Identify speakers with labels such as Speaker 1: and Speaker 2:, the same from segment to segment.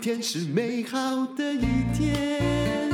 Speaker 1: 天是美好的一天，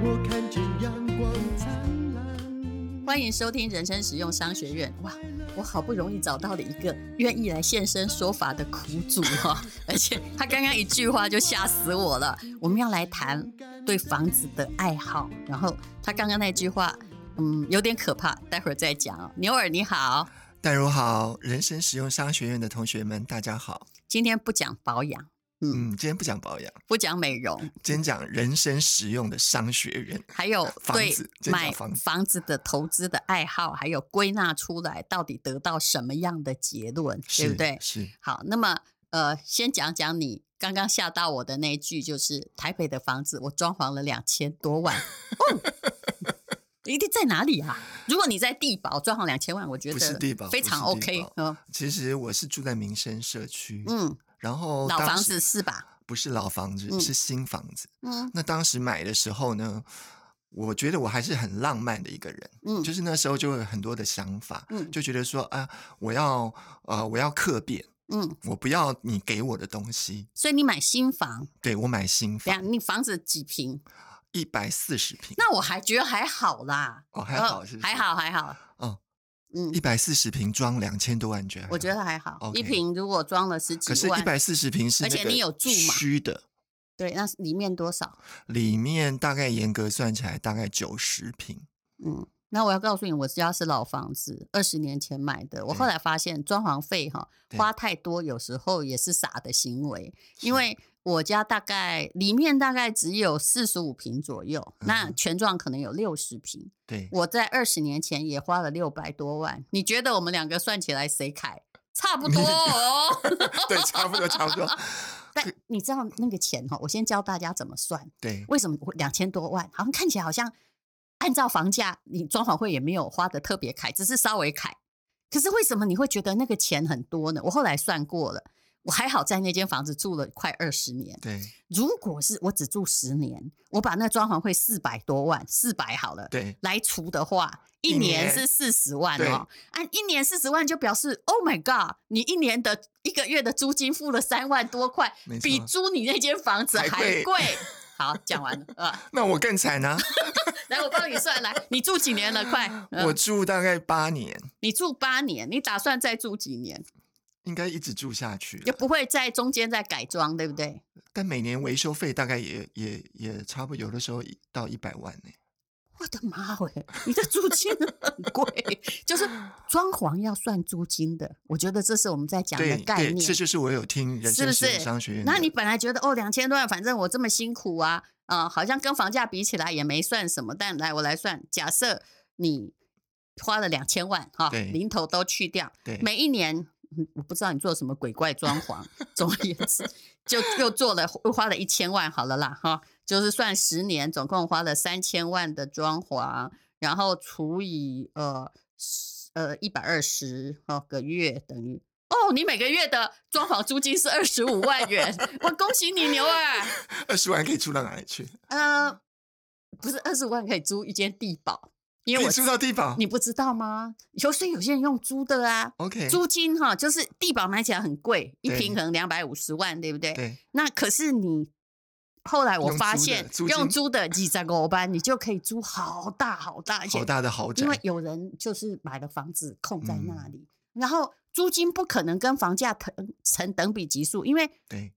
Speaker 1: 我看见阳光灿烂。
Speaker 2: 欢迎收听人生实用商学院。哇，我好不容易找到了一个愿意来现身说法的苦主哈、 而且他刚刚一句话就吓死我了。我们要来谈对房子的爱好，然后他刚刚那句话，嗯，有点可怕，待会儿再讲哦。牛尔你好，
Speaker 1: 戴如好，人生实用商学院的同学们，大家好。
Speaker 2: 今天不讲保养，
Speaker 1: 嗯，今天不讲保养，
Speaker 2: 不讲美容，
Speaker 1: 今天讲人生实用的商学院。
Speaker 2: 还有
Speaker 1: 房
Speaker 2: 对
Speaker 1: 子这叫
Speaker 2: 买
Speaker 1: 房子
Speaker 2: 房子的投资的爱好，还有归纳出来到底得到什么样的结论，对不
Speaker 1: 是
Speaker 2: 对？
Speaker 1: 是，
Speaker 2: 好，那么呃，先讲讲你刚刚吓到我的那一句，就是台北的房子我装潢了两千多万，哦，一定在哪里啊？如果你在地堡装潢两千万，我觉
Speaker 1: 不是
Speaker 2: 得
Speaker 1: 地堡
Speaker 2: 非
Speaker 1: 不
Speaker 2: 常
Speaker 1: 是地
Speaker 2: OK
Speaker 1: 堡。
Speaker 2: 嗯
Speaker 1: 其实我是住在民生社区，
Speaker 2: 嗯，
Speaker 1: 然后
Speaker 2: 老
Speaker 1: 当
Speaker 2: 房
Speaker 1: 时
Speaker 2: 子是吧？
Speaker 1: 不是老房子，
Speaker 2: 嗯
Speaker 1: 是新房子。
Speaker 2: 嗯
Speaker 1: 那当时买的时候呢，我觉得我还是很浪漫的一个人，
Speaker 2: 嗯
Speaker 1: 就是那时候就有很多的想法，
Speaker 2: 嗯
Speaker 1: 就觉得说啊，我要呃，我要客变，
Speaker 2: 嗯，
Speaker 1: 我不要你给我的东西，
Speaker 2: 所以你买新房，
Speaker 1: 对我买新
Speaker 2: 对啊，
Speaker 1: 房
Speaker 2: 你房子几平？
Speaker 1: 一百四十平，
Speaker 2: 那我还觉得还好啦，
Speaker 1: 哦还
Speaker 2: 呃
Speaker 1: 好是不是
Speaker 2: 还好还好，
Speaker 1: 哦，
Speaker 2: 嗯
Speaker 1: 一，百四十平装两千多万卷，
Speaker 2: 我觉得。还好，
Speaker 1: OK
Speaker 2: 一平如果装了十几
Speaker 1: 可是，
Speaker 2: 万，
Speaker 1: 一百四十平是
Speaker 2: 而且
Speaker 1: 那个
Speaker 2: 你有住嘛
Speaker 1: 虚的，
Speaker 2: 对，那里面多少？
Speaker 1: 里面大概严格算起来大概九十平，
Speaker 2: 嗯，那我要告诉你，我家是老房子，二十年前买的。我后
Speaker 1: 对
Speaker 2: 来发现，装潢费哈
Speaker 1: 对
Speaker 2: 花太多，有时候也是傻的行为。
Speaker 1: 是
Speaker 2: 因为我家大概里面大概只有四十五平左右，
Speaker 1: 嗯
Speaker 2: 那全幢可能有六十平。
Speaker 1: 对，
Speaker 2: 我在二十年前也花了六百多万，你觉得我们两个算起来谁开？差不多哦。
Speaker 1: 对，差不多，差 不多，
Speaker 2: 但你知道那个钱哈，我先教大家怎么算。
Speaker 1: 对，
Speaker 2: 为什么两千多万？好像看起来好像按照房价，你装潢会也没有花的特别开，只是稍微开。可是为什么你会觉得那个钱很多呢？我后来算过了，我还好在那间房子住了快二十年。
Speaker 1: 对，
Speaker 2: 如果是我只住十年，我把那装潢会四百多万，四百好了，
Speaker 1: 对，
Speaker 2: 来除的话，一
Speaker 1: 一
Speaker 2: 年
Speaker 1: 年
Speaker 2: 是四十万
Speaker 1: 对
Speaker 2: 哦。按一年四十万就表示，Oh my God，你一年的一个月的租金付了三万多块
Speaker 1: 没，错
Speaker 2: 比租你那间房子
Speaker 1: 还
Speaker 2: 还
Speaker 1: 贵
Speaker 2: 贵。好，讲完了啊、
Speaker 1: 那我更惨 啊！
Speaker 2: 来，我帮你算，来，你住几年了？快，呃
Speaker 1: 我住大概八年，
Speaker 2: 你住八年，你打算再住几年？
Speaker 1: 应该一直住下去了
Speaker 2: 也不会在中间再改装，对不对？
Speaker 1: 但每年维修费大概也也也差不多，有的时候一到一百万呢、
Speaker 2: 我的妈喂！你的租金很贵， 就是装潢要算租金的。我觉得这是我们在讲的
Speaker 1: 对
Speaker 2: 概
Speaker 1: 对，
Speaker 2: 念
Speaker 1: 这。就是我有听人
Speaker 2: 是不
Speaker 1: 生实
Speaker 2: 是
Speaker 1: 用商学院的。
Speaker 2: 那你本来觉得哦，两千多万，反正我这么辛苦啊，啊，好像跟房价比起来也没算什么。但来，我来算，假设你花了两千万哈，
Speaker 1: 对
Speaker 2: 零头都去掉，
Speaker 1: 对
Speaker 2: 每一年，嗯我不知道你做什么鬼怪装潢。 总而言之，就又做了又花了一千万，好了啦，哈，就是算十年，总共花了三千万的装潢，然后除以呃十呃一百二十哦个月等于。哦，你每个月的装潢租金是二十五万元，我恭喜你牛儿。
Speaker 1: 二十万可以住到哪里去？
Speaker 2: 呃，不是二十五万可以租一间地堡，因
Speaker 1: 可
Speaker 2: 为
Speaker 1: 以
Speaker 2: 我
Speaker 1: 住到地堡。
Speaker 2: 你不知道吗？有所以有些人用租的啊，
Speaker 1: OK？
Speaker 2: 租金哈，就是地保买起来很贵，一
Speaker 1: 对
Speaker 2: 平可能两百五十万，对不对？
Speaker 1: 对
Speaker 2: 那可是你后来我
Speaker 1: 用
Speaker 2: 发
Speaker 1: 租的
Speaker 2: 现，
Speaker 1: 租金
Speaker 2: 用租的几十个班，你就可以租好大好大，而且
Speaker 1: 好大的豪宅嗯
Speaker 2: 因，为有人就是买了房子空在那里，然后租金不可能跟房价成成等比级数，因为
Speaker 1: 对，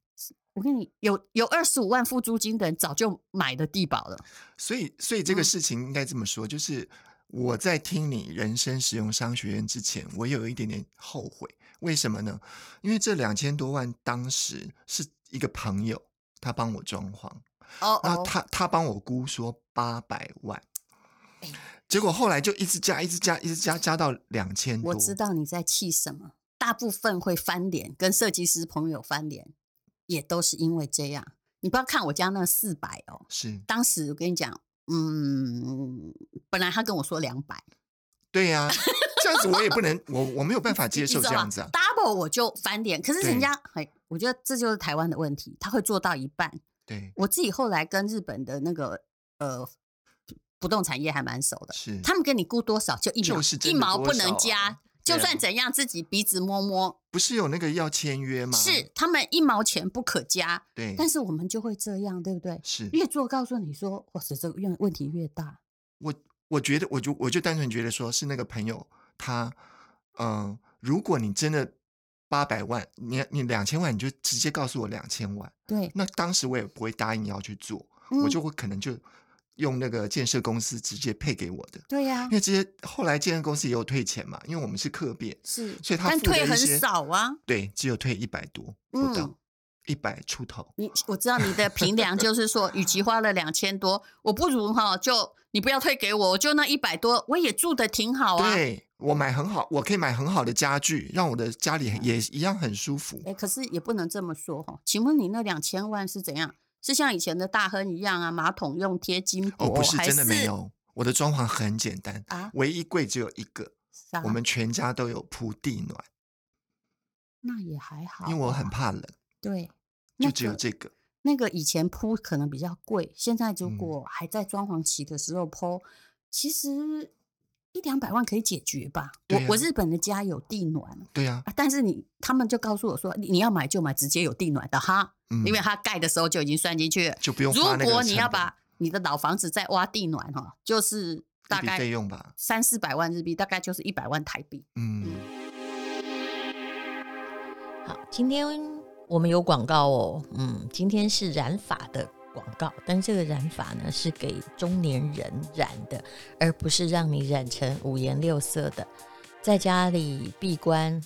Speaker 2: 我跟你有有二十五万付租金的人早就买的地保了，
Speaker 1: 所以所以这个
Speaker 2: 嗯
Speaker 1: 事情应该这么说，就是我在听你人生实用商学院之前，我有一点点后悔。为什么呢？因为这两千多万当时是一个朋友，他帮我装潢。
Speaker 2: 哦
Speaker 1: 然后
Speaker 2: 哦，
Speaker 1: 他他帮我估说八百万
Speaker 2: 哎，
Speaker 1: 结果后来就一直加，一直加，一直加，加到两千多。
Speaker 2: 我知道你在气什么，大部分会翻脸，跟设计师朋友翻脸，也都是因为这样。你不要看我家那四百哦，
Speaker 1: 是
Speaker 2: 当时我跟你讲，嗯，本来他跟我说两百，
Speaker 1: 啊对呀、这样子我也不能，我我没有办法 接受这样子啊。
Speaker 2: ，double 我就翻脸。可是人
Speaker 1: 对
Speaker 2: 家，哎，我觉得这就是台湾的问题，他会做到一半。
Speaker 1: 对，
Speaker 2: 我自己后来跟日本的那个呃不动产业还蛮熟的，
Speaker 1: 是
Speaker 2: 他们跟你估多少就一毛
Speaker 1: 就是
Speaker 2: 一
Speaker 1: 真的
Speaker 2: 毛
Speaker 1: 多
Speaker 2: 不能
Speaker 1: 少啊
Speaker 2: 加，
Speaker 3: 就
Speaker 1: 对啊
Speaker 3: 算怎样自己鼻子摸摸，
Speaker 1: 不是有那个要签约吗？
Speaker 3: 是，他们一毛钱不可加，
Speaker 1: 对，
Speaker 3: 但是我们就会这样，对不对？
Speaker 1: 是
Speaker 3: 越做告诉你说，哇塞，这个越问题越大，
Speaker 1: 我我觉得，我就我就单纯觉得说是那个朋友他，嗯、如果你真的八百万，你你两千万，你就直接告诉我两千万，
Speaker 3: 对，
Speaker 1: 那当时我也不会答应要去做，我
Speaker 3: 嗯
Speaker 1: 就会可能就用那个建设公司直接配给我的，
Speaker 3: 对呀、
Speaker 1: 因为这些后来建设公司也有退钱嘛，因为我们是客变，
Speaker 3: 是，
Speaker 1: 所以他
Speaker 3: 但
Speaker 1: 付的
Speaker 3: 退
Speaker 1: 一
Speaker 3: 很
Speaker 1: 些
Speaker 3: 少啊。
Speaker 1: 对，只有退一百多不
Speaker 3: 嗯
Speaker 1: 到，一百、出头，
Speaker 3: 你我知道你的 评量就是说，与其花了两千多，我不如哈就你不要退给我，我就那一百多，我也住的挺好啊。
Speaker 1: 对我买很好，我可以买很好的家具，让我的家里也一样很舒服。
Speaker 3: 哎，可是也不能这么说哈。请问你那两千万是怎样？是像以前的大亨一样啊，马桶用贴金箔，
Speaker 1: 哦，不是
Speaker 3: 还
Speaker 1: 真的没有，我的装潢很简单，
Speaker 3: 啊？
Speaker 1: 唯一柜只有一个，
Speaker 3: 啥
Speaker 1: 我们全家都有铺地暖，
Speaker 3: 那也还好，
Speaker 1: 因为我很怕冷，
Speaker 3: 对，
Speaker 1: 就
Speaker 3: 啊那
Speaker 1: 只有
Speaker 3: 个
Speaker 1: 这个。
Speaker 3: 那个以前铺可能比较贵，现在如
Speaker 1: 嗯
Speaker 3: 果还在装潢期的时候铺，其实一两百万可以解决吧。
Speaker 1: 对
Speaker 3: 我我
Speaker 1: 啊
Speaker 3: 日本的家有地暖
Speaker 1: 对呀、
Speaker 3: 啊，但是你他们就告诉我说，你你要买就买直接有地暖的哈，
Speaker 1: 嗯，
Speaker 3: 因为它盖的时候就已经算进去了。
Speaker 1: 就不用
Speaker 3: 如
Speaker 1: 花那个
Speaker 3: 果你
Speaker 1: 成
Speaker 3: 要
Speaker 1: 本
Speaker 3: 把你的老房子再挖地暖哈，就是
Speaker 1: 一
Speaker 3: 大
Speaker 1: 笔
Speaker 3: 概
Speaker 1: 费用吧，
Speaker 3: 三四百万日币，大概就是一百万台币。
Speaker 1: 嗯，
Speaker 2: 好，今天我们有广告哦，嗯，今天是染发的广告，但这个染发呢是给中年人染的，而不是让你染成五颜六色的，在家里闭关。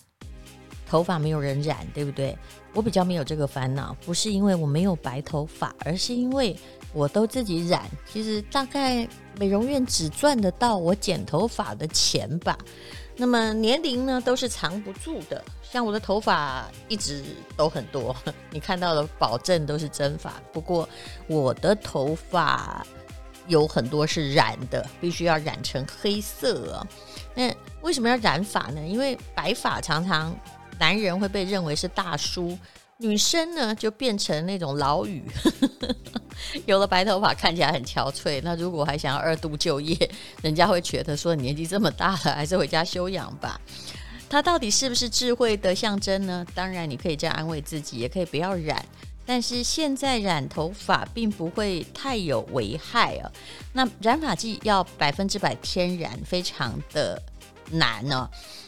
Speaker 2: 头发没有人染，对不对？我比较没有这个烦恼，不是因为我没有白头发，而是因为我都自己染。其实大概美容院只赚得到我剪头发的钱吧，那么年龄呢都是藏不住的，像我的头发一直都很多， 你看到的保证都是真发。不过我的头发有很多是染的，必须要染成黑色哦。那为什么要染发呢？因为白发常常男人会被认为是大叔，女生呢就变成那种老妪。 有了白头发看起来很憔悴，那如果还想要二度就业，人家会觉得说你年纪这么大了，还是回家休养吧。它到底是不是智慧的象征呢？当然，你可以这样安慰自己，也可以不要染。但是现在染头发并不会太有危害哦。那染发剂要百分之百天然，非常的难哦。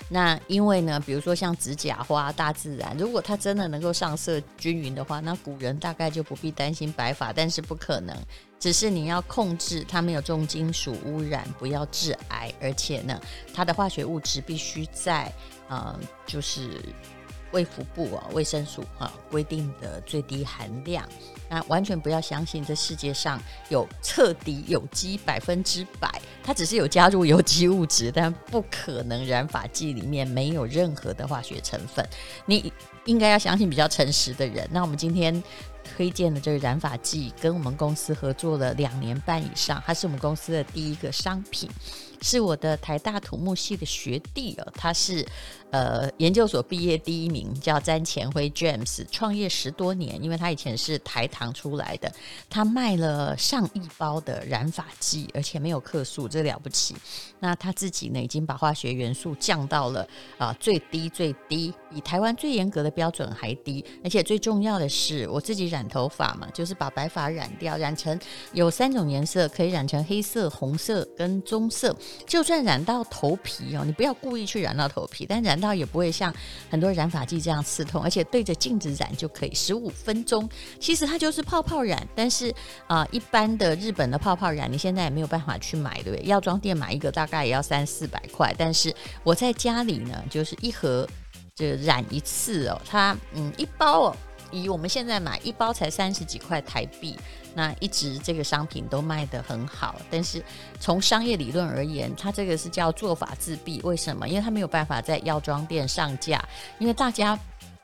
Speaker 2: 那因为呢，比如说像指甲花、大自然，如果它真的能够上色均匀的话，那古人大概就不必担心白发，但是不可能。只是你要控制它没有重金属污染，不要致癌，而且呢，它的化学物质必须在呃，就是卫福部啊、卫生署啊规定的最低含量。那完全不要相信这世界上有彻底有机百分之百，它只是有加入有机物质，但不可能染发剂里面没有任何的化学成分。你应该要相信比较诚实的人。那我们今天推荐的这个染发剂，跟我们公司合作了两年半以上，它是我们公司的第一个商品，是我的台大土木系的学弟哦，他是呃研究所毕业第一名，叫詹前辉 James，创业十多年，因为他以前是台糖出来的，他卖了上亿包的染发剂，而且没有克数，这了不起。那他自己呢，已经把化学元素降到了啊、最低最低，比台湾最严格的标准还低。而且最重要的是，我自己染头发嘛，就是把白发染掉，染成有三种颜色，可以染成黑色、红色跟棕色。就算染到头皮哦，你不要故意去染到头皮，但染到也不会像很多染发剂这样刺痛，而且对着镜子染就可以，十五分钟。其实它就是泡泡染，但是啊、呃一般的日本的泡泡染，你现在也没有办法去买，对不对？药妆店买一个大概也要三四百块，但是我在家里呢，就是一盒就染一次哦，它嗯一包哦，以我们现在买一包才三十几块台币。那一直这个商品都卖得很好，但是从商业理论而言，它这个是叫做法自毙。为什么？因为它没有办法在药妆店上架，因为大家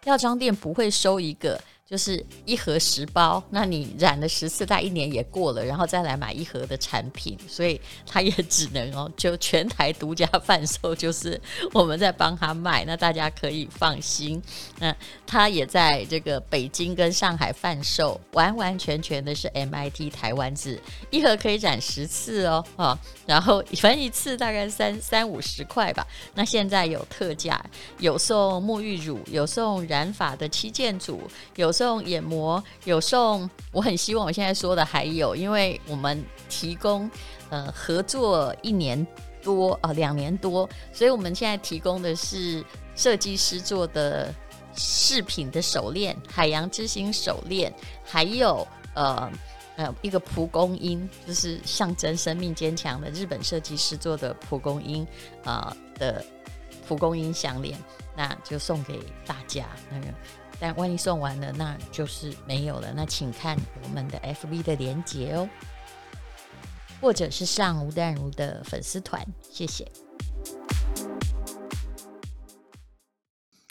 Speaker 2: 药妆店不会收一个就是一盒十包，那你染了十次袋，一年也过了，然后再来买一盒的产品，所以他也只能哦，就全台独家贩售，就是我们在帮他卖，那大家可以放心。嗯，他也在这个北京跟上海贩售，完完全全的是 MIT 台湾制，一盒可以染十次哦，哦，然后反正一次大概三三五十块吧。那现在有特价，有送沐浴乳，有送染发的七件组，有送眼膜，有送。我很希望我现在说的还有，因为我们提供呃合作一年多啊、呃两年多，所以我们现在提供的是设计师做的饰品的手链，海洋之星手链，还有呃。呃，一个蒲公英，就是象征生命坚强的日本设计师做的蒲公英，呃的蒲公英项链，那就送给大家。那个，但万一送完了，那就是没有了。那请看我们的 FB 的连结哦，或者是上吴淡如的粉丝团，谢谢。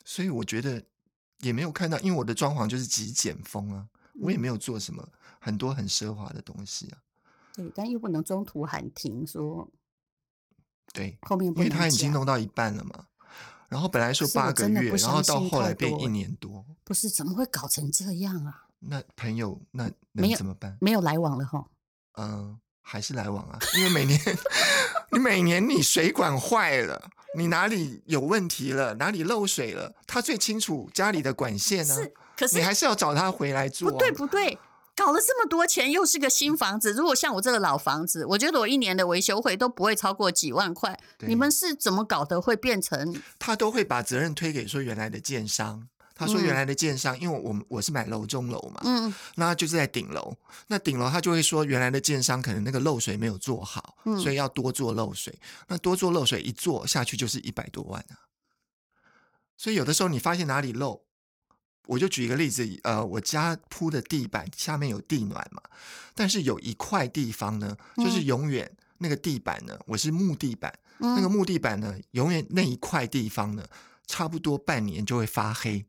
Speaker 1: 所以我觉得也没有看到，因为我的装潢就是极简风啊，我
Speaker 3: 嗯
Speaker 1: 也没有做什么很多很奢华的东西啊。
Speaker 3: 对，但又不能中途喊停，说
Speaker 1: 对，
Speaker 3: 后面不
Speaker 1: 因为
Speaker 3: 能
Speaker 1: 他已经
Speaker 3: 讲
Speaker 1: 弄到一半了嘛。然后本来说
Speaker 3: 可是我
Speaker 1: 八个
Speaker 3: 真的
Speaker 1: 月，
Speaker 3: 不
Speaker 1: 然后
Speaker 3: 相
Speaker 1: 到
Speaker 3: 信
Speaker 1: 后来
Speaker 3: 太
Speaker 1: 变
Speaker 3: 多
Speaker 1: 一
Speaker 3: 了
Speaker 1: 年多，
Speaker 3: 不是怎么会搞成这样啊？
Speaker 1: 那朋友那
Speaker 3: 没
Speaker 1: 能
Speaker 3: 有
Speaker 1: 怎么办？
Speaker 3: 没有来往了哈，
Speaker 1: 嗯、还是来往啊，因为每年 你每年你水管坏了，你哪里有问题了，哪里漏水了，他最清楚家里的管线啊。
Speaker 3: 是，可是
Speaker 1: 你还是要找他回来做、
Speaker 3: 不
Speaker 1: 啊。
Speaker 3: 对不对，搞了这么多钱，又是个新房子。如果像我这个老房子，我觉得我一年的维修费都不会超过几万块。
Speaker 1: 对
Speaker 3: 你们是怎么搞的？会变成
Speaker 1: 他都会把责任推给说原来的建商。他说
Speaker 3: 嗯
Speaker 1: 原来的建商，因为我们我是买楼中楼嘛，
Speaker 3: 嗯
Speaker 1: 那他就是在顶楼，那顶楼他就会说原来的建商可能那个漏水没有做好，
Speaker 3: 嗯
Speaker 1: 所以要多做漏水。那多做漏水一做下去就是一百多万啊。所以有的时候你发现哪里漏，我就举一个例子，呃，我家铺的地板下面有地暖嘛，但是有一块地方呢，就是
Speaker 3: 嗯
Speaker 1: 永远那个地板呢，我是木地板，那个
Speaker 3: 嗯
Speaker 1: 木地板呢，永远那一块地方呢，差不多半年就会发黑。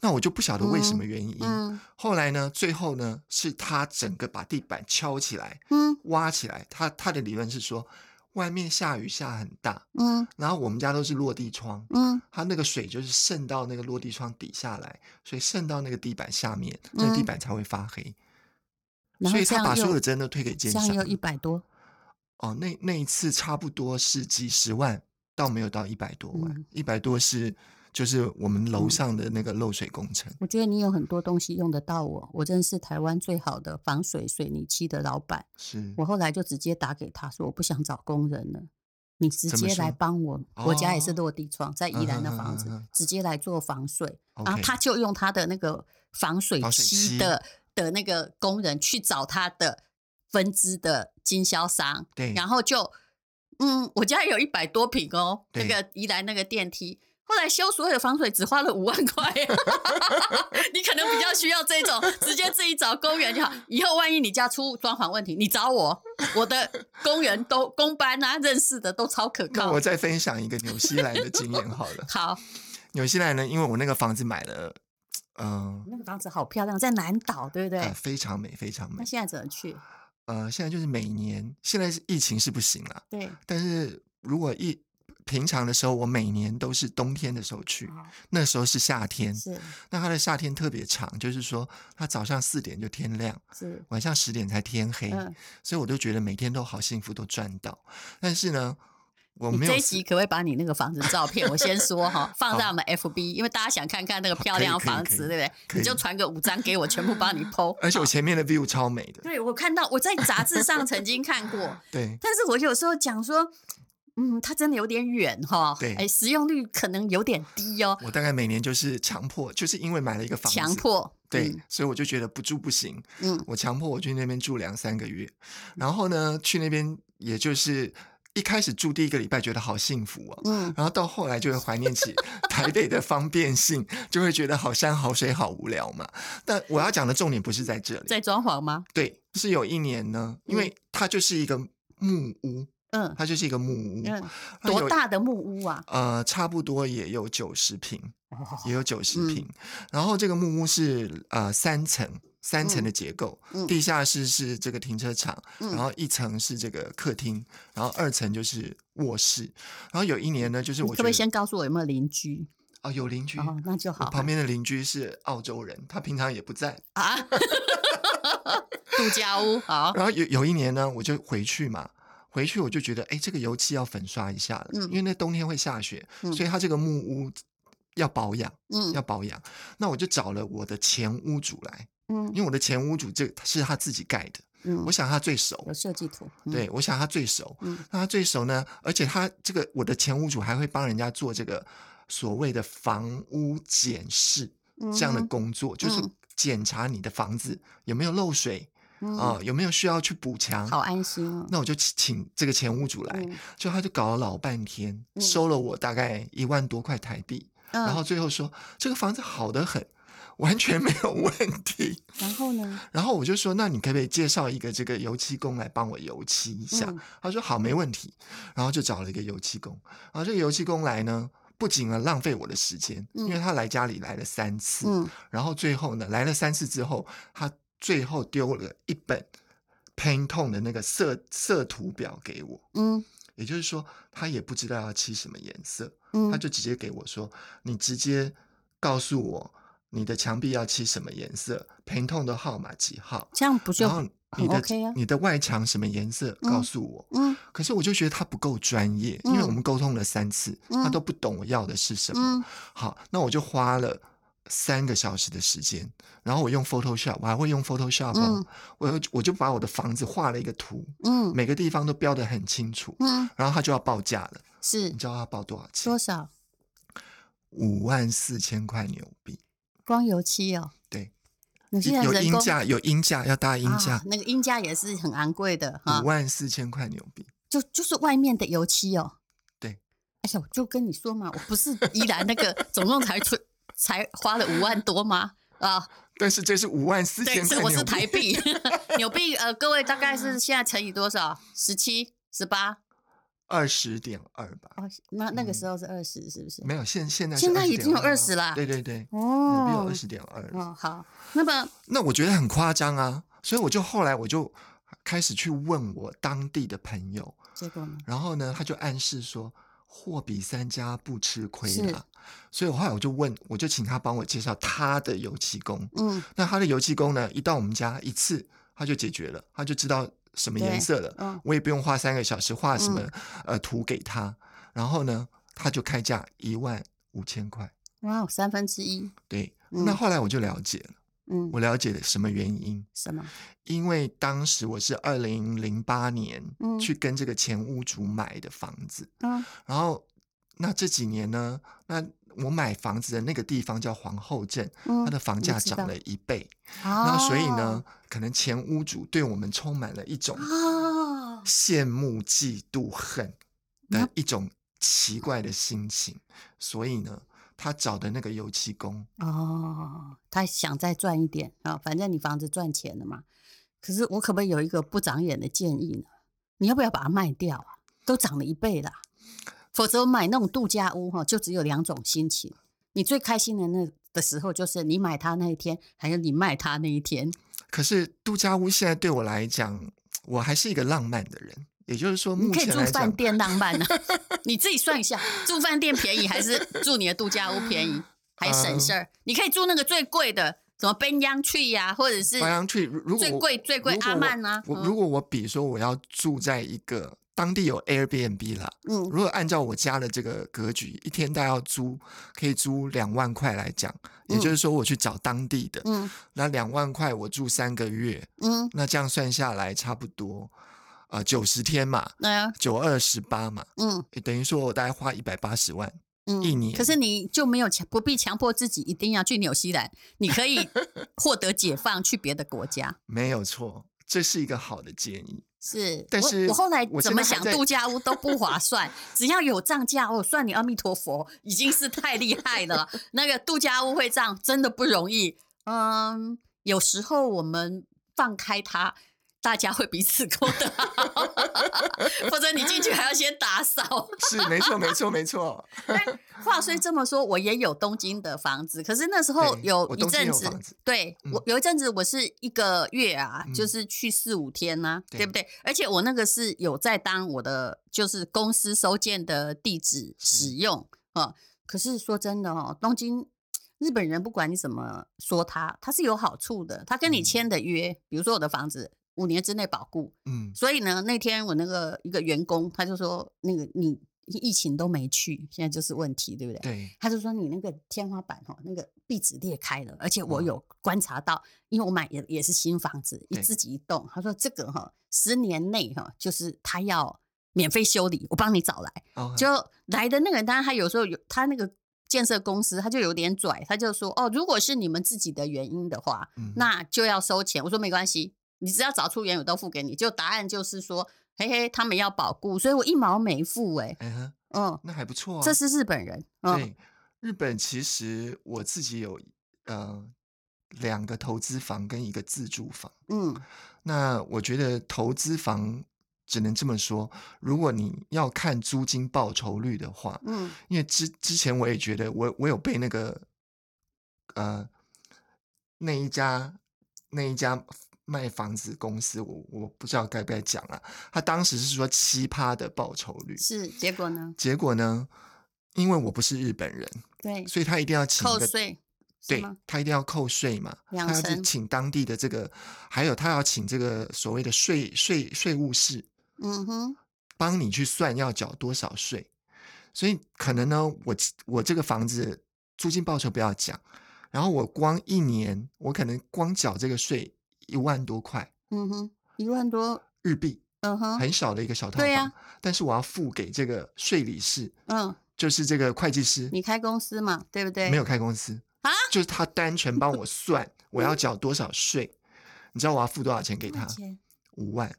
Speaker 1: 那我就不晓得为什么原因。
Speaker 3: 嗯
Speaker 1: 后来呢，最后呢，是他整个把地板敲起来、
Speaker 3: 嗯
Speaker 1: 挖起来。他他的理论是说，外面下雨下很大，
Speaker 3: 嗯
Speaker 1: 然后我们家都是落地窗，
Speaker 3: 嗯
Speaker 1: 它那个水就是渗到那个落地窗底下来，所以渗到那个地板下面，那个地
Speaker 3: 嗯
Speaker 1: 板才会发黑。
Speaker 3: 然
Speaker 1: 所
Speaker 3: 后
Speaker 1: 以他
Speaker 3: 这样
Speaker 1: 把所有
Speaker 3: 又
Speaker 1: 的责任都推给
Speaker 3: 这
Speaker 1: 奸商
Speaker 3: 样。又一百多，
Speaker 1: 哦，那那一次差不多是几十万，倒没有到一百多万
Speaker 3: 嗯，
Speaker 1: 一百、多是就是我们楼
Speaker 3: 嗯
Speaker 1: 上的那个漏水工程。
Speaker 3: 我觉得你有很多东西用得到我。我认识台湾最好的防水水泥漆的老板，
Speaker 1: 是
Speaker 3: 我后来就直接打给他说，我不想找工人了，你直
Speaker 1: 怎么
Speaker 3: 接来
Speaker 1: 说
Speaker 3: 帮我。我家也是
Speaker 1: 哦
Speaker 3: 落地窗，在宜兰的房
Speaker 1: 嗯
Speaker 3: 子，
Speaker 1: 哼哼哼哼
Speaker 3: 直接来做防水。然后
Speaker 1: OK
Speaker 3: 啊他就用他的那个防水
Speaker 1: 防水漆
Speaker 3: 漆的的那个工人去找他的分支的经销商，
Speaker 1: 对，
Speaker 3: 然后就，嗯，我家有一百多平哦，那
Speaker 1: 对
Speaker 3: 个宜兰那个电梯。后来修所有的防水只花了五万 块，你可能比较需要这种，直接自己找工人就好。以后万一你家出装潢问题，你找我，我的工人都工班啊，认识的都超可
Speaker 1: 那
Speaker 3: 靠。
Speaker 1: 我。再分享一个纽西兰的经验好了
Speaker 3: 好，
Speaker 1: 纽西兰呢，因为我那个房子买了，嗯、
Speaker 3: 那个房子好漂亮，在南岛，对不对？
Speaker 1: 呃，非常美，非常美
Speaker 3: 那。现在怎么去？
Speaker 1: 呃，现在就是每年，现在是疫情是不行了，
Speaker 3: 对，
Speaker 1: 但是如果一平常的时候，我每年都是冬天的时候去，
Speaker 3: 好
Speaker 1: 那时候是夏天。
Speaker 3: 哦是
Speaker 1: 那它的夏天特别长，就是说它早上四点就天亮，
Speaker 3: 是，
Speaker 1: 晚上十点才天黑。
Speaker 3: 嗯，
Speaker 1: 所以我就觉得每天都好幸福，都赚到。但是呢，我
Speaker 3: 你
Speaker 1: 没有
Speaker 3: 这一集可不可以把你那个房子照 片，我先说哈，放在
Speaker 1: 好
Speaker 3: 我们 FB，因为大家想看看那个漂
Speaker 1: 可以
Speaker 3: 亮的
Speaker 1: 可以
Speaker 3: 房
Speaker 1: 可以
Speaker 3: 子，对不
Speaker 1: 可
Speaker 3: 对？你就
Speaker 1: 以
Speaker 3: 传个五张给我，全部 帮你 PO。
Speaker 1: 而且我
Speaker 3: 好
Speaker 1: 前面的 view 超美的，
Speaker 3: 对我看到我在杂志上曾经看 过，
Speaker 1: 对
Speaker 3: 但是我有时候讲说，嗯，它真的有点远哈，
Speaker 1: 对
Speaker 3: 哎，使用率可能有点低哦，
Speaker 1: 我大概每年就是强迫，就是因为买了一个房子，
Speaker 3: 强迫，
Speaker 1: 对，所以我就觉得不住不行，
Speaker 3: 嗯，
Speaker 1: 我强迫我去那边住两三个月，然后呢，去那边也就是一开始住第一个礼拜觉得好幸福哦。
Speaker 3: 嗯嗯，
Speaker 1: 然后到后来就会怀念 起台北的方便性，就会觉得好山好水好无聊嘛。但我要讲的重点不是在这里，
Speaker 3: 在装潢吗？
Speaker 1: 对，是有一年呢，因为它就是一个木屋，
Speaker 3: 嗯
Speaker 1: 它就是一个木屋，
Speaker 3: 嗯，
Speaker 1: 它有
Speaker 3: 多？大的木屋啊？
Speaker 1: 呃，差不多也有九十平，也有九十
Speaker 3: 嗯
Speaker 1: 平。然后这个木屋是呃三层，三层
Speaker 3: 嗯
Speaker 1: 的结构，
Speaker 3: 嗯
Speaker 1: 地下室是这个停车场，
Speaker 3: 嗯
Speaker 1: 然后一层是这个客厅，然后二层就是卧室。然后有一年呢，就是
Speaker 3: 你
Speaker 1: 我
Speaker 3: 可
Speaker 1: 觉
Speaker 3: 不
Speaker 1: 得
Speaker 3: 可以先告诉我有没有邻居？
Speaker 1: 哦有邻居。
Speaker 3: 哦，那就
Speaker 1: 我
Speaker 3: 好
Speaker 1: 旁边的邻居是澳洲人，他平常也不在。
Speaker 3: 啊。度假屋好，
Speaker 1: 然后有有一年呢，我就回去嘛，回去我就觉得，哎，这个油漆要粉刷一下了，
Speaker 3: 嗯
Speaker 1: 因为那冬天会下雪，
Speaker 3: 嗯
Speaker 1: 所以它这个木屋要保养，
Speaker 3: 嗯
Speaker 1: 要保养。那我就找了我的前屋主来，
Speaker 3: 嗯
Speaker 1: 因为我的前屋主这是他自己盖的，
Speaker 3: 嗯
Speaker 1: 我，想他最熟，
Speaker 3: 有设计图，嗯，
Speaker 1: 对我想他最熟。
Speaker 3: 嗯
Speaker 1: 那他最熟呢，而且他这个我的前屋主还会帮人家做这个所谓的房屋检视这样的工作，就是
Speaker 3: 嗯
Speaker 1: 检查你的房子有没有漏水
Speaker 3: 嗯
Speaker 1: 啊、有没有需要去补强。
Speaker 3: 好安心哦。
Speaker 1: 那我就请请这个前屋主嗯来，
Speaker 3: 嗯
Speaker 1: 就他就搞了老半天，
Speaker 3: 嗯
Speaker 1: 收了我大概一万多块台币，
Speaker 3: 嗯
Speaker 1: 然后最后说这个房子好得很，完全没有问题。
Speaker 3: 然后呢？
Speaker 1: 然后我就说，那你可不可以介绍一个这个油漆工来帮我油漆一下？
Speaker 3: 嗯
Speaker 1: 他说好，没问题。然后就找了一个油漆工，然后这个油漆工来呢，不仅呢浪费我的时间，
Speaker 3: 嗯
Speaker 1: 因为他来家里来了三次，
Speaker 3: 嗯，
Speaker 1: 然后最后呢来了三次之后，他最后丢了一本 Pantone 的那个色色图表给我，
Speaker 3: 嗯
Speaker 1: 也就是说他也不知道要漆什么颜色，
Speaker 3: 嗯，
Speaker 1: 他就直接给我说：“你直接告诉我你的墙壁要漆什么颜色，疼痛的号码几号，
Speaker 3: 这样不就
Speaker 1: 然后
Speaker 3: 很
Speaker 1: 你的、
Speaker 3: OK 啊？
Speaker 1: 你的外墙什么颜色，
Speaker 3: 嗯
Speaker 1: 告诉我。
Speaker 3: 嗯
Speaker 1: 可是我就觉得他不够专业，因为
Speaker 3: 嗯
Speaker 1: 我们沟通了三次，他
Speaker 3: 嗯
Speaker 1: 都不懂我要的是什么。
Speaker 3: 嗯
Speaker 1: 好，那我就花了。三个小时的时间，然后我用 Photoshop，我还会用 Photoshop，、哦
Speaker 3: 嗯
Speaker 1: 我就我就把我的房子画了一个图，
Speaker 3: 嗯
Speaker 1: 每个地方都标得很清楚，
Speaker 3: 嗯，
Speaker 1: 然后他就要报价了，
Speaker 3: 是
Speaker 1: 你知道他报多少钱？
Speaker 3: 多少？
Speaker 1: 五万四千块纽币，
Speaker 3: 光油漆哦，
Speaker 1: 对，
Speaker 3: 有些人
Speaker 1: 有
Speaker 3: 人
Speaker 1: 音
Speaker 3: 工
Speaker 1: 价，有音价，要搭音
Speaker 3: 啊
Speaker 1: 价，
Speaker 3: 那个音架也是很昂贵的哈
Speaker 1: 五，万四千块纽币。
Speaker 3: 就就是外面的油漆哦。
Speaker 1: 对，
Speaker 3: 哎呀，我就跟你说嘛，我不是依然那个总共才出才花了五万多吗？啊，
Speaker 1: 但是这是五万四
Speaker 3: 对，
Speaker 1: 千
Speaker 3: 是
Speaker 1: 块
Speaker 3: 我是
Speaker 1: 纽
Speaker 3: 台
Speaker 1: 币，
Speaker 3: 币， 纽币呃，各位大概是现在乘以多少？十七、十八
Speaker 1: 二十点二吧？
Speaker 3: 哦，那那个
Speaker 1: 嗯
Speaker 3: 时候是二十，是不是？
Speaker 1: 没有，现现在是
Speaker 3: 现在已经有
Speaker 1: 20.2
Speaker 3: 20啦
Speaker 1: 哦对对对，纽币有
Speaker 3: 哦
Speaker 1: 二，十点二，
Speaker 3: 哦，好，那么
Speaker 1: 那我觉得很夸张啊，所以我就后来我就开始去问我当地的朋友，
Speaker 3: 结果呢？
Speaker 1: 然后呢，他就暗示说。货比三家不吃亏
Speaker 3: 是
Speaker 1: 啦，所以我后来我就问，我就请他帮我介绍他的油漆工，
Speaker 3: 嗯
Speaker 1: 那他的油漆工呢，一到我们家一次，他就解决了，他就知道什么颜
Speaker 3: 对
Speaker 1: 色了，
Speaker 3: 嗯
Speaker 1: 我也不用花三个小时画什么、
Speaker 3: 嗯
Speaker 1: 呃图给他，然后呢，他就开价一万五千块。
Speaker 3: 哇，哦三分之一，
Speaker 1: 对，
Speaker 3: 嗯
Speaker 1: 那后来我就了解了，
Speaker 3: 嗯，
Speaker 1: 我了解了什么原因，
Speaker 3: 什么？
Speaker 1: 因为当时我是二零零八年
Speaker 3: 嗯
Speaker 1: 去跟这个前屋主买的房子，
Speaker 3: 嗯
Speaker 1: 然后那这几年呢，那我买房子的那个地方叫皇后镇，
Speaker 3: 嗯，
Speaker 1: 它的房
Speaker 3: 我
Speaker 1: 价
Speaker 3: 知
Speaker 1: 涨
Speaker 3: 道哦
Speaker 1: 了一倍。
Speaker 3: 那
Speaker 1: 那所以呢，可能前屋主对我们充满了一种
Speaker 3: 啊，
Speaker 1: 羡慕、嫉妒、恨
Speaker 3: 那
Speaker 1: 的一种奇怪的心情，所以呢，他找的那个油漆工，
Speaker 3: 哦，他想再赚一点啊、反正你房子赚钱了嘛。可是我可不可以有一个不长眼的建议呢？你要不要把它卖掉啊？都涨了一倍啦，否则我买那种度假屋哈、就只有两种心情。你最开心的那的时候，就是你买它那一天，还有你卖它那一天。
Speaker 1: 可是度假屋现在对我来讲，我还是一个浪漫的人，也就是说，
Speaker 3: 你
Speaker 1: 目
Speaker 3: 可以
Speaker 1: 前
Speaker 3: 住
Speaker 1: 来
Speaker 3: 饭
Speaker 1: 讲，
Speaker 3: 店浪漫呢、啊 你自己算一下，住饭店便宜还是住你的度假屋便宜，还
Speaker 1: 嗯
Speaker 3: 省事儿？你可以住那个最贵的，什么奔央去呀、或者是
Speaker 1: 白洋去如果
Speaker 3: 最
Speaker 1: 我
Speaker 3: 贵最贵
Speaker 1: 如果
Speaker 3: 阿
Speaker 1: 我
Speaker 3: 曼啊
Speaker 1: 我
Speaker 3: 嗯
Speaker 1: 如果我比如说我要住在一个当地有 Airbnb 啦，
Speaker 3: 嗯
Speaker 1: 如果按照我家的这个格局，一天大概要租，可以租两万块来讲，也就是说我去找当地的，
Speaker 3: 嗯
Speaker 1: 那两万块我住三个月，
Speaker 3: 嗯，
Speaker 1: 那这样算下来差不多，呃，九十天嘛，
Speaker 3: 那、呀
Speaker 1: 九二十八嘛，
Speaker 3: 啊嗯
Speaker 1: 也等于说我大概花一百八十万，
Speaker 3: 嗯，
Speaker 1: 一年
Speaker 3: 可是你就没有强不必强迫自己一定要去纽西兰，你 可以获得解放，去别的国家。
Speaker 1: 没有错，这是一个好的建议。
Speaker 3: 是，
Speaker 1: 但
Speaker 3: 我
Speaker 1: 是
Speaker 3: 我后来
Speaker 1: 我
Speaker 3: 怎
Speaker 1: 现
Speaker 3: 么
Speaker 1: 在还
Speaker 3: 想
Speaker 1: 在
Speaker 3: 度假屋都不划算，只要有涨价，我、算你阿弥陀佛，已经是太厉害了。那个度假屋会涨真的不容易。嗯，有时候我们放开它，大家会彼此 沟通，否则你进去还要先打扫。
Speaker 1: 是没错，没错，没 错。
Speaker 3: 话虽这么说，我也有东京的房子，可是那时候
Speaker 1: 对
Speaker 3: 有
Speaker 1: 我
Speaker 3: 一
Speaker 1: 东京
Speaker 3: 阵
Speaker 1: 有
Speaker 3: 子
Speaker 1: 房子，
Speaker 3: 对
Speaker 1: 嗯
Speaker 3: 我有一阵子我是一个月啊，
Speaker 1: 嗯
Speaker 3: 就是去四五天呐、
Speaker 1: 对
Speaker 3: 对不对？而且我那个是有在当我的就是公司收件的地址使用啊、呃可是说真的哦，东京。日本人不管你怎么说他，他是有好处的。他跟你
Speaker 1: 嗯
Speaker 3: 签的约，比如说我的房子五年之内保固，
Speaker 1: 嗯，
Speaker 3: 所以呢，那天我那个一个员工他就说，那个你疫情都没去，现在就是问题，对不对？
Speaker 1: 对，
Speaker 3: 他就说你那个天花板哦，那个壁纸裂开了，而且我
Speaker 1: 嗯
Speaker 3: 有观察到，因为我买也也是新房子，一
Speaker 1: 对
Speaker 3: 自己一栋。他说这个哈、十年内哈、就是他要免费修理，我帮你找来。
Speaker 1: 哦，
Speaker 3: 就来的那个人，当然他有时候有他那个建设公司，他就有点拽，他就说哦，如果是你们自己的原因的话，
Speaker 1: 嗯
Speaker 3: 那就要收钱。我说没关系，你只要找出原因，我都付给你。就答案就是说，嘿嘿，他们要保固，所以我一毛没付、欸。
Speaker 1: 哎哼，
Speaker 3: 嗯，
Speaker 1: 那还不错啊。
Speaker 3: 这是日本人。嗯，
Speaker 1: 对，日本其实我自己有呃两个投资房跟一个自住房。
Speaker 3: 嗯，
Speaker 1: 那我觉得投资房只能这么说，如果你要看租金报酬率的话，
Speaker 3: 嗯，
Speaker 1: 因为之之前我也觉得我我有被那个呃那一家那一家卖房子公司，我我不知道该不该讲啊，他当时是说七趴的报酬率，
Speaker 3: 是。结果呢？
Speaker 1: 结果呢，因为我不是日本人，
Speaker 3: 对，
Speaker 1: 所以他一定要请一
Speaker 3: 嗯扣
Speaker 1: 个
Speaker 3: 税。是
Speaker 1: 对
Speaker 3: 吗？
Speaker 1: 他一定要扣税嘛，
Speaker 3: 两
Speaker 1: 他要去
Speaker 3: 成
Speaker 1: 请当地的这个，还有他要请这个所谓的税税税务师
Speaker 3: 嗯哼，
Speaker 1: 帮你去算要缴多少税，所以可能呢，我我这个房子租金报酬不要讲，然后我光一年我可能光缴这个税一万多块
Speaker 3: 嗯哼，一万多。
Speaker 1: 日币，
Speaker 3: 嗯哼，
Speaker 1: 很少的一个小套
Speaker 3: 对
Speaker 1: 房，
Speaker 3: 呀
Speaker 1: 但是我要付给这个税理士，
Speaker 3: 嗯，
Speaker 1: 就是这个会计师，
Speaker 3: 你开公司嘛，对不对？
Speaker 1: 没有开公司
Speaker 3: 啊
Speaker 1: 就是他单纯帮我 算我要缴多少税，你知道我要付多少钱给
Speaker 3: 多少
Speaker 1: 他？
Speaker 3: 钱
Speaker 1: 五万，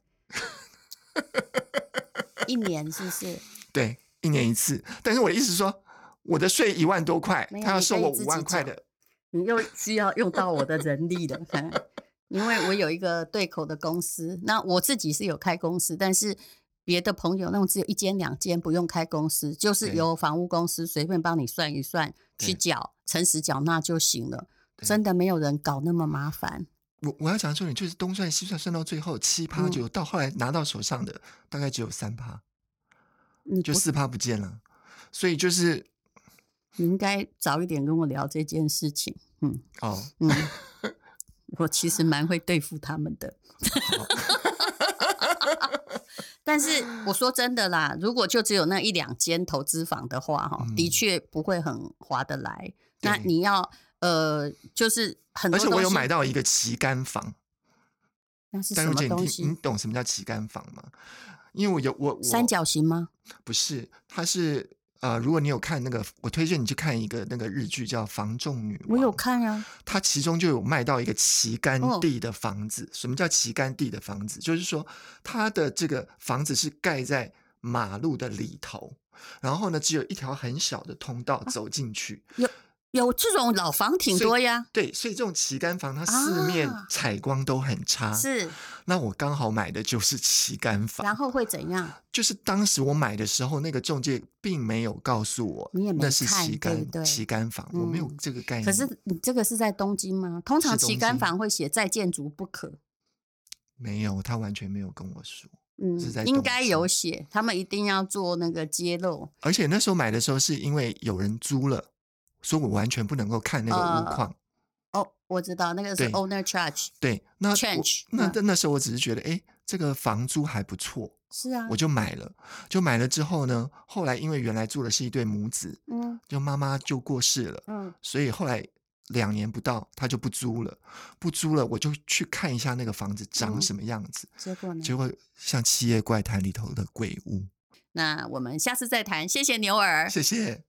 Speaker 3: 一年是不是？
Speaker 1: 对，一年一次。但是我的意思是说，我的税一万多块
Speaker 3: 没，有
Speaker 1: 他要
Speaker 3: 你
Speaker 1: 收
Speaker 3: 可以
Speaker 1: 我
Speaker 3: 自
Speaker 1: 五
Speaker 3: 己
Speaker 1: 万块
Speaker 3: 缴
Speaker 1: 的，
Speaker 3: 你 又需要用到我的人力了， 嗯因为我有一个对口的公司，那我自己是有开公司，但是别的朋友那种只有一间两间，不用开公司，就是
Speaker 1: 对
Speaker 3: 由房屋公司随便帮你算一算，
Speaker 1: 对
Speaker 3: 去缴，诚实缴纳就行了。
Speaker 1: 对
Speaker 3: 真的没有人搞那么麻烦，
Speaker 1: 我我要讲的重点就是东算西算，算到最后七趴
Speaker 3: 嗯
Speaker 1: 就到后来拿到手上的大概只有三趴，
Speaker 3: 你
Speaker 1: 就
Speaker 3: 不
Speaker 1: 四趴不见了。所以就是
Speaker 3: 你应该早一点跟我聊这件事情。嗯
Speaker 1: 哦，
Speaker 3: 嗯，我其实蛮会对付他们的。
Speaker 1: 哦
Speaker 3: 但是我说真的啦，如果就只有那一两间投资房的话，哈、
Speaker 1: 嗯
Speaker 3: 的确不会很划得来。
Speaker 1: 对
Speaker 3: 那你要呃，就是很多
Speaker 1: 而且我有
Speaker 3: 东西
Speaker 1: 买，到一个旗杆房，
Speaker 3: 那是
Speaker 1: 但
Speaker 3: 什
Speaker 1: 如
Speaker 3: 么
Speaker 1: 姐你
Speaker 3: 东
Speaker 1: 听，你
Speaker 3: 西？
Speaker 1: 懂什么叫旗杆房吗？因为我有嗯我我
Speaker 3: 三角形吗？
Speaker 1: 不是，它是呃，如果你有看那个，我推荐你去看一个那个日剧叫《房仲女
Speaker 3: 我
Speaker 1: 王》，
Speaker 3: 有，看啊，
Speaker 1: 它其中就有卖到一个旗杆
Speaker 3: 哦
Speaker 1: 地的房子。什么叫旗杆地的房子？就是说它的这个房子是盖在马路的里头，然后呢，只有一条很小的通道
Speaker 3: 啊
Speaker 1: 走进去。
Speaker 3: 有这种老房挺
Speaker 1: 所以
Speaker 3: 多呀，
Speaker 1: 对，所以这种旗杆房它四面
Speaker 3: 啊
Speaker 1: 采光都很差。
Speaker 3: 是，
Speaker 1: 那我刚好买的就是旗杆房。
Speaker 3: 然后会怎样？
Speaker 1: 就是当时我买的时候，那个中介并没有告诉我，
Speaker 3: 你也没
Speaker 1: 那是
Speaker 3: 看
Speaker 1: 旗
Speaker 3: 对不
Speaker 1: 杆
Speaker 3: 对
Speaker 1: 旗杆房，我没有
Speaker 3: 嗯
Speaker 1: 这个概念。
Speaker 3: 可是你这个是在东京吗？通常
Speaker 1: 哎是东
Speaker 3: 旗杆
Speaker 1: 京
Speaker 3: 房会写在建筑不可，
Speaker 1: 没有，他完全没有跟我说。
Speaker 3: 嗯
Speaker 1: 是在，
Speaker 3: 应
Speaker 1: 东
Speaker 3: 该有
Speaker 1: 京
Speaker 3: 写，他们一定要做那个揭露。
Speaker 1: 而且那时候买的时候是因为有人租了，所以我完全不能够看那个
Speaker 3: 呃
Speaker 1: 屋况。
Speaker 3: 哦，我知道那个是
Speaker 1: 对
Speaker 3: owner charge，
Speaker 1: 对，那我
Speaker 3: change，
Speaker 1: 那
Speaker 3: 嗯
Speaker 1: 那那时候我只是觉得，哎，这个房租还不错，
Speaker 3: 是啊，
Speaker 1: 我就买了。就买了之后呢，后来因为原来住的是一对母子，
Speaker 3: 嗯
Speaker 1: 就妈妈就过世了。
Speaker 3: 嗯
Speaker 1: 所以后来两年不到，他就不租了，不租了，我就去看一下那个房子
Speaker 3: 嗯
Speaker 1: 长什么样子。
Speaker 3: 结果呢？
Speaker 1: 结果像《七夜怪谈》里头的鬼屋，
Speaker 3: 那我们下次再谈，谢谢牛耳，
Speaker 1: 谢谢。